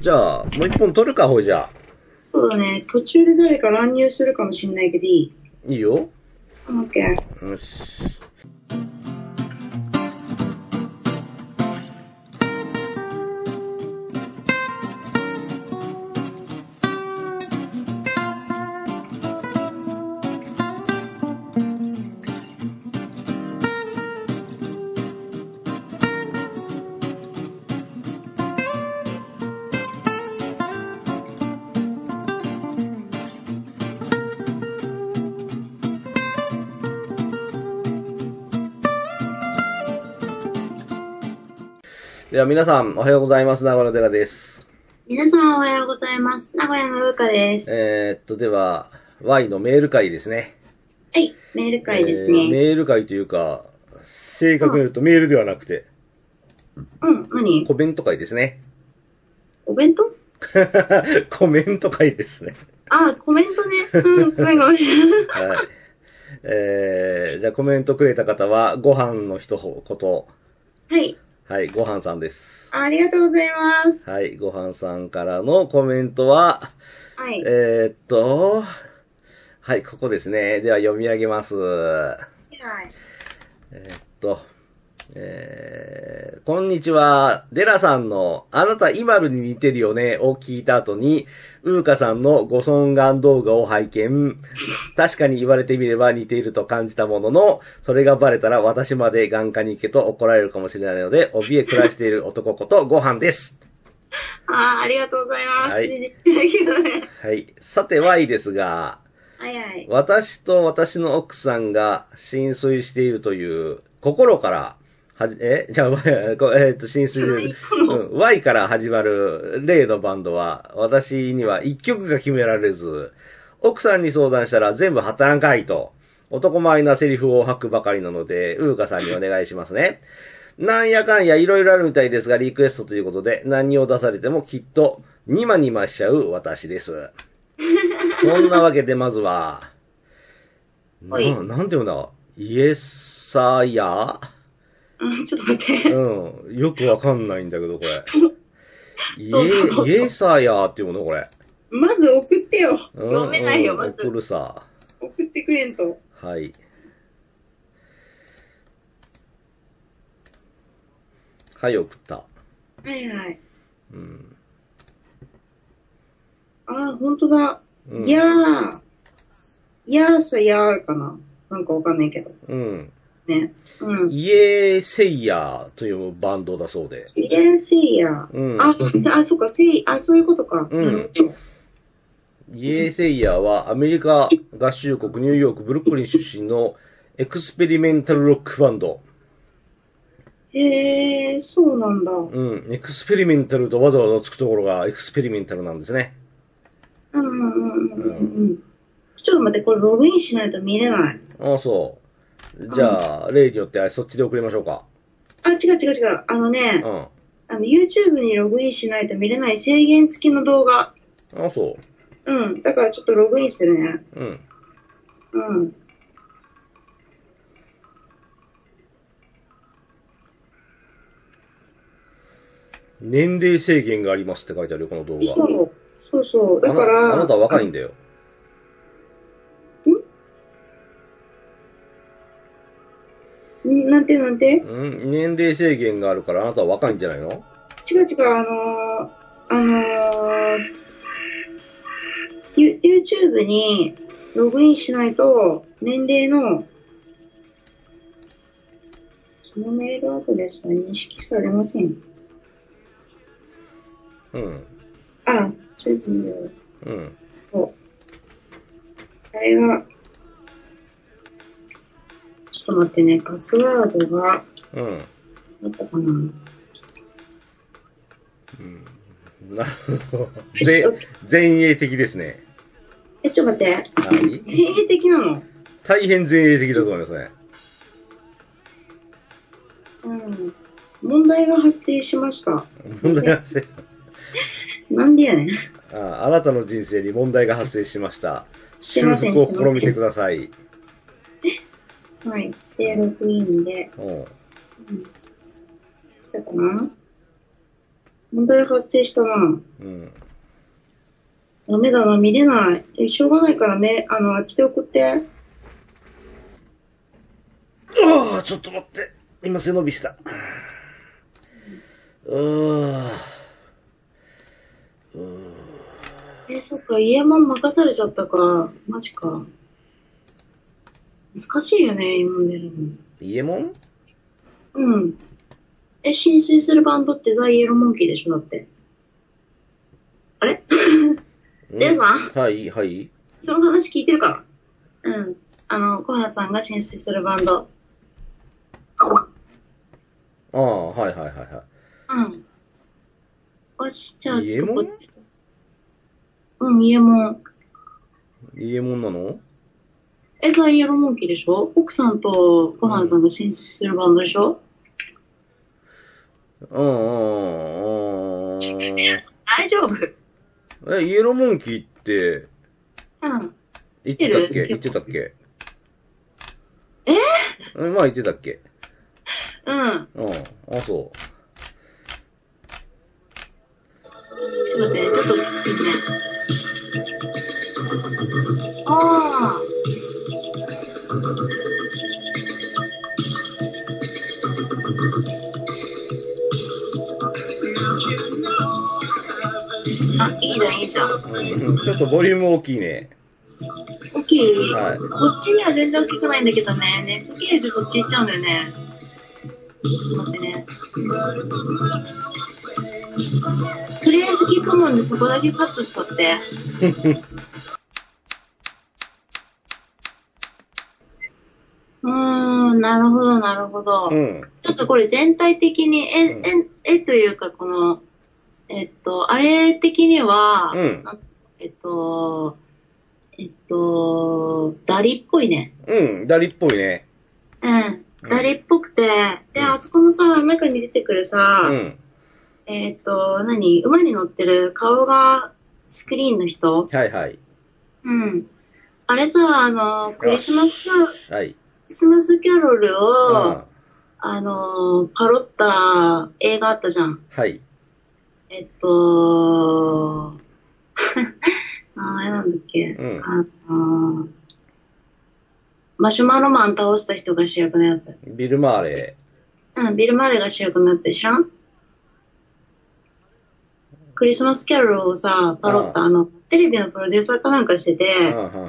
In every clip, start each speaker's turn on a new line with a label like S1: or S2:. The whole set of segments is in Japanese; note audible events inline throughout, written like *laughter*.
S1: じゃあ、もう一本取るか、ほいじゃあ。
S2: そうだね。途中で誰か乱入するかもしんないけどいい。
S1: いいよ。
S2: OK。
S1: よし。では皆さん、おはようございます。名古屋の寺です。
S2: 皆さんおはようございます。名古屋のうかです。
S1: えー、っと、では、Y のメール会ですね。
S2: はい。メール会です
S1: えー
S2: ね。
S1: メール会というか、正確に言うとメールではなくて、
S2: うん。何
S1: コメント会ですね。 *laughs*
S2: お弁当
S1: コメント会ですね。
S2: あ、コメントね。うん。ごめんごめ
S1: は
S2: ん。 *laughs*
S1: い。えー、じゃあコメントくれた方は、ご飯の一言。
S2: はい。
S1: はい、ご飯さんです。
S2: ありがとうございます。
S1: はい、ご飯さんからのコメントは、
S2: はい。
S1: えー、っと、はい、ここですね。では読み上げます。
S2: はい。
S1: えーっと、えー、こんにちは。デラさんの、あなたイマルに似てるよねを聞いた後に、ウーカさんのご尊願動画を拝見。確かに言われてみれば似ていると感じたものの、それがバレたら私まで眼科に行けと怒られるかもしれないので、怯え暮らしている男ことご飯です。
S2: あーありがとうございます。
S1: はい
S2: 出ていただけどね
S1: はい。さて、Y ですが、
S2: はいはい。
S1: 私と私の奥さんが浸水しているという、心から、はじ、 *laughs* えじゃあ、えーっと、浸水している。うん、Y から始まる例のバンドは、私には一曲が決められず、奥さんに相談したら全部働かいと、男前なセリフを吐くばかりなので、ウーカさんにお願いしますね。なんやかんやいろいろあるみたいですが、リクエストということで、何を出されてもきっと、ニマニマしちゃう私です。
S2: *laughs*
S1: そんなわけで、まずは、な
S2: はい
S1: なんていうんだイエサヤ
S2: うん、ちょっと待って。
S1: うん。よくわかんないんだけど、こ
S2: *laughs*
S1: れ。イ
S2: そうそうそう
S1: エ、イエサーヤーっていうものこれ。
S2: まず送ってよ。
S1: うん
S2: 飲めないよ、
S1: うん
S2: まず
S1: 送。るさ。
S2: 送ってくれんと。
S1: はい。はい、送った。
S2: はいはい。
S1: うん。
S2: ああ、ほんとだ。
S1: うん
S2: いやー。いやーさ、いやーかな。なんかわかんないけど。
S1: うん。
S2: ね。うん。
S1: イエセイヤーというバンドだそうで。
S2: いやーせいやー。
S1: うん。
S2: あ、さあ、そっか、せい、あ、そういうことか。
S1: うん
S2: なるほど
S1: イエーセイヤーはアメリカ合衆国ニューヨークブルックリン出身のエクスペリメンタルロックバンド。
S2: へえ、そうなんだ。
S1: うん。エクスペリメンタルとわざわざつくところがエクスペリメンタルなんですね。
S2: うんうんうんうんうん。ちょっと待って、これログインしないと見れない。
S1: ああ、そう。じゃあ、例によってあれそっちで送りましょうか。
S2: あ、違う違う違う。あのね、
S1: うん。あ
S2: あの、YouTube にログインしないと見れない制限付きの動画。
S1: あ、そ
S2: うん。だからちょっとログインするね。
S1: う。うん。
S2: うん。
S1: 年齢制限がありますって書いてあるよ、この動
S2: そ
S1: 画。
S2: う。そうそう。だか
S1: あな
S2: ら。
S1: あなた若いんだよ。
S2: んなんてなんて
S1: うん。年齢制限があるからあなたは若いんじゃないの
S2: 違う違う、あのー、あのー、ユ YouTube にログインしないと、年齢の、そのメールアドレスは認識されません。
S1: うん。
S2: あ、ちょっと待って
S1: うん。
S2: あれは、ちょっと待ってね、パスワードが、
S1: うん。
S2: あったかな
S1: なるほど。 *laughs* で、前衛的ですね。
S2: え、ちょっと待って。
S1: はい。
S2: 前衛的なの
S1: 大変前衛的だと思いますね。
S2: うん。問題が発生しました。
S1: 問題発生。
S2: なんでやねん。
S1: *laughs* ああなたの人生に問題が発生しました。
S2: すい
S1: 修
S2: ません
S1: 復を試みてください。
S2: はい。で、ログインで、
S1: うん。
S2: うん。来たかな問題発生したな。
S1: うん。
S2: ダメだな、見れない。えしょうがないからね、あの、あっちで送って。
S1: ああ、ちょっと待って。今背伸びした。うー
S2: え、そっか、家も任されちゃったか。マジか。難しいよね、今出るの。
S1: 家もん
S2: うん。え、浸水するバンドってザ・イエローモンキーでしょだって。あれデンさん
S1: はい、はい。
S2: その話聞いてるから。うん。あの、小原さんが浸水するバンド。
S1: ああ、はいはいはいは
S2: うん。よし、じゃあ、
S1: イ
S2: ち
S1: エ
S2: ょっと
S1: モ
S2: こ
S1: ン
S2: っち。うん、家も。
S1: い。家もんなの
S2: え、ザ・イエローモンキーでしょ奥さんと小原さんが浸水するバンドでしょ、
S1: うんうんうんうん。
S2: 大丈夫。
S1: え、イエローモンキーって、
S2: うん。
S1: 言ってたっけ
S2: 言
S1: 言っ
S2: ってて
S1: た
S2: る
S1: っけ
S2: え
S1: えまあ言ってたっけ
S2: うん。
S1: うん。あ、そう。
S2: ちょっと待ってね、ちょっと落ち着いてね。ああ。あ、いいじゃん、いいじゃん。
S1: うんちょっとボリューム大きいね。
S2: 大きい、
S1: はい
S2: こっちには全然大きくないんだけどね。ネット経由でそっち行っちゃうんだよね。ちょっと待ってね。とりあえず聞くもんでそこだけカットしと
S1: *laughs*
S2: って。うーん、なるほど、なるほど。
S1: うん。
S2: ちょっとこれ全体的に、え、
S1: うん
S2: え、えというか、この、えっと、あれ的には、
S1: うん
S2: なえっと、えっと、ダリっぽいね。
S1: うん。ダリっぽいね。
S2: うん。
S1: うん
S2: ダリっぽくて、で、
S1: うん
S2: あそこのさ、中に出てくるさ、
S1: うん。
S2: えっと、何馬に乗ってる顔がスクリーンの人
S1: はいはい。
S2: うん。あれさ、あの、クリスマス、ク
S1: はい。
S2: リスマスキャロル
S1: う
S2: を、
S1: ん。
S2: あの、パロった映画あったじゃん。
S1: はい。
S2: えっと、 *laughs* 名前なんだっけ、
S1: うん
S2: あのーマシュマロマン倒した人が主役のやつ。
S1: ビル・マーレ
S2: うん、ビル・マーレが主役のやつで知らんクリスマスキャロルをさ、パロッタ、
S1: あ
S2: あの、テレビのプロデューサーかなんかしてて、
S1: ー。うん、う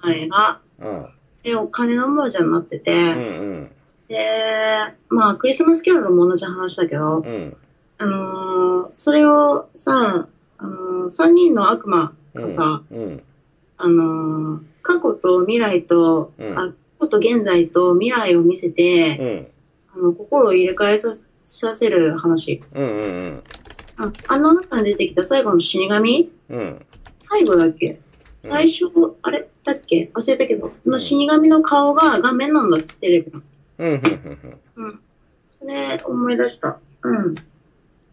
S2: あれが、
S1: ん、うん、
S2: で、お金の亡者になってて、
S1: うん。
S2: で、まあ、クリスマスキャロルも同じ話だけど、
S1: うん、うん。
S2: あのーそれをさ、あのー、3人の悪魔
S1: う
S2: が
S1: ん
S2: さ、。
S1: うん。
S2: あのー過去と未来と、
S1: うん
S2: あ過去と現在と未来を見せて、
S1: うん。
S2: あの心を入れ替えささせる話
S1: うん、うん、
S2: あ。あの中に出てきた最後の死神
S1: うん。うん。
S2: 最後だっけ最初、あれだっけ忘れたけど、の死神の顔が画面なんだ、テレビの。
S1: うん、うん、うん。
S2: うん。それ思い出した。うん。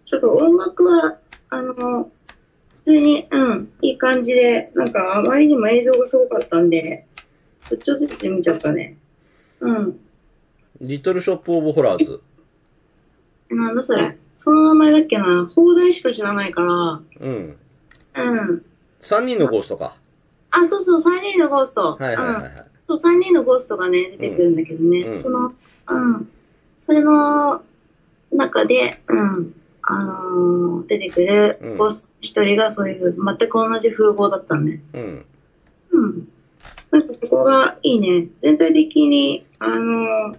S2: ちょっと音楽は、あの、普通に、うん、いい感じで、なんかあまりにも映像がすごかったんで、ちょっとずつ見ちゃったね。うん。
S1: リトル・ショップ・オブ・ホラーズ。
S2: なんだそれ。その名前だっけな。放題しか知らないか
S1: うん。
S2: ら、うん。
S1: 三人のゴーストか。
S2: あ、そうそう、三人のゴースト。
S1: はいはいはいは
S2: うん
S1: い。
S2: そう、三人のゴーストがね、出てくるんだけどね、
S1: うん
S2: その、うん。それの中で、うん。あのー出てく
S1: うん
S2: るゴースト一人がそういう、全く同じ風貌だったね。
S1: うん。
S2: うん。なんかそこがいいね。全体的に、あのー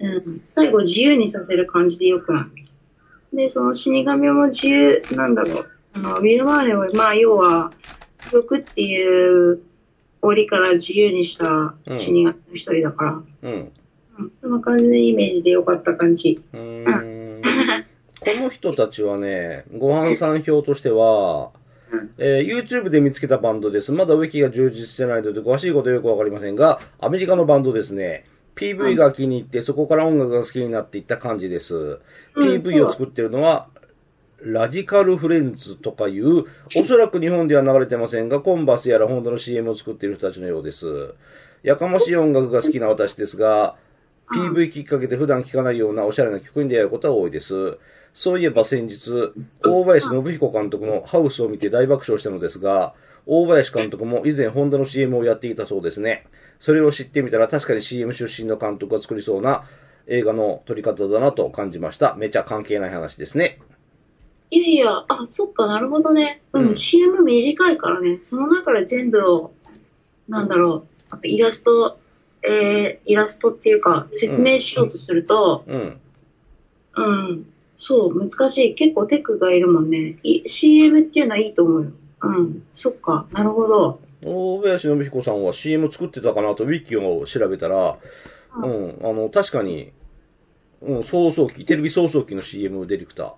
S2: うん。最後自由にさせる感じでよくない。で、その死神も自由、なんだろう。あの、ウィルマーレを、まあ、要は、毒っていう檻から自由にした死神の一人だから、
S1: うん。
S2: うん。そんな感じのイメージでよかった感じ。
S1: うーん。この人たちはね、ご飯さん票としては、えー YouTube で見つけたバンドです。まだウィキが充実してないので、詳しいことよくわかりませんが、アメリカのバンドですね。PV が気に入って、そこから音楽が好きになっていった感じです。
S2: うん
S1: PV を作ってるのは、ラジカルフレンズとかいう、おそらく日本では流れてませんが、コンバスやらホンダの CM を作っている人たちのようです。やかましい音楽が好きな私ですが、PV きっかけで普段聴かないようなおしゃれな曲に出会うことは多いです。そういえば先日、大林信彦監督のハウスを見て大爆笑したのですが、大林監督も以前ホンダの CM をやっていたそうですね。それを知ってみたら確かに CM 出身の監督が作りそうな映画の撮り方だなと感じました。めちゃ関係ない話ですね。
S2: いやいや、あ、そっか、なるほどね。うん、
S1: うん
S2: CM 短いからね、その中で全部を、なんだろう、やっぱイラスト、えー、イラストっていうか、説明しようとすると、
S1: うん。
S2: うん、そう、難しい。結構テクがいるもんね。い CM っていうのはいいと思うよ。うん、そっか、なるほど。
S1: 大林信彦さんは CM 作ってたかなとウィキを調べたら、う、
S2: うん
S1: あの、確かに、うん、早々期、テレビ早々期の CM ディレクタ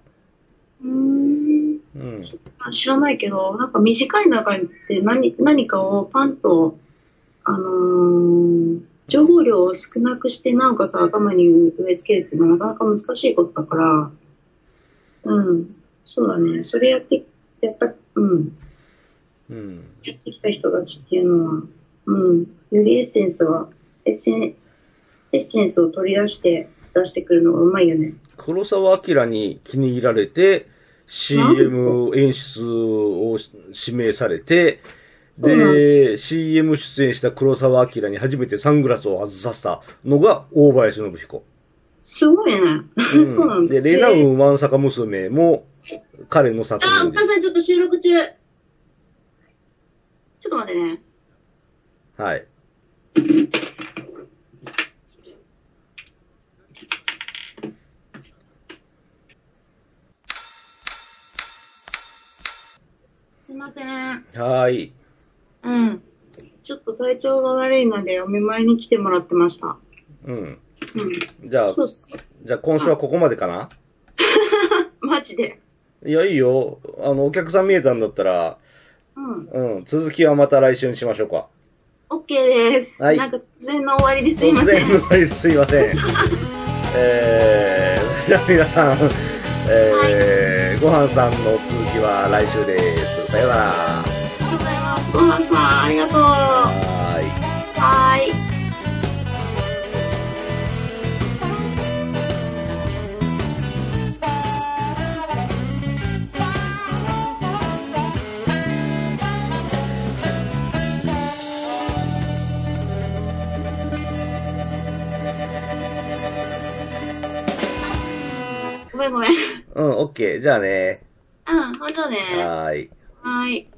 S2: うーん、
S1: ー。うん。
S2: あ知らないけど、なんか短い中で何何かをパンと、あのー情報量を少なくして、なおかつ頭に植え付けるっていうのはなかなか難しいことだから、うん、そうだね。それやって、やった、うん、
S1: うん。
S2: やってきた人たちっていうのは、うん、よりエッセンスは、エッセン、エッセンスを取り出して、出してくるのがうまいよね。
S1: 黒沢明に気に入られて、CM 演出を指名されて、
S2: そうなん
S1: で、CM 出演した黒沢明に初めてサングラスを外させたのが大林信彦。
S2: すごいね。
S1: うん
S2: *laughs* そうなんだ。
S1: で、レナウン万坂娘も彼の作
S2: あ、お
S1: 品で
S2: 母。さんちょっと収録中。ちょっと待ってね。
S1: はい。
S2: すいません。
S1: はーい。
S2: うん。ちょっと体調が悪いので、お見舞いに来てもらってました。
S1: うん。
S2: うん。
S1: じゃあ、
S2: そうっす。
S1: じゃあ今週はここまでかな
S2: マジで。
S1: いや、いいよ。あの、お客さん見えたんだったら、
S2: うん。
S1: うん、続きはまた来週にしましょうか。
S2: オッケーです。
S1: はい
S2: なんか、突然の終わりですいません。
S1: 突然のすいません。えー、じゃあ皆さん、えー、ごはんさんの続きは来週です。さようなら。
S2: ありがとうございます。ごはんさん、ありがとう。は
S1: はーい。
S2: ーい。ごめんごめん。
S1: うん、オッケー。じゃあね。
S2: うん、ほんとね。
S1: はーい。
S2: はーい。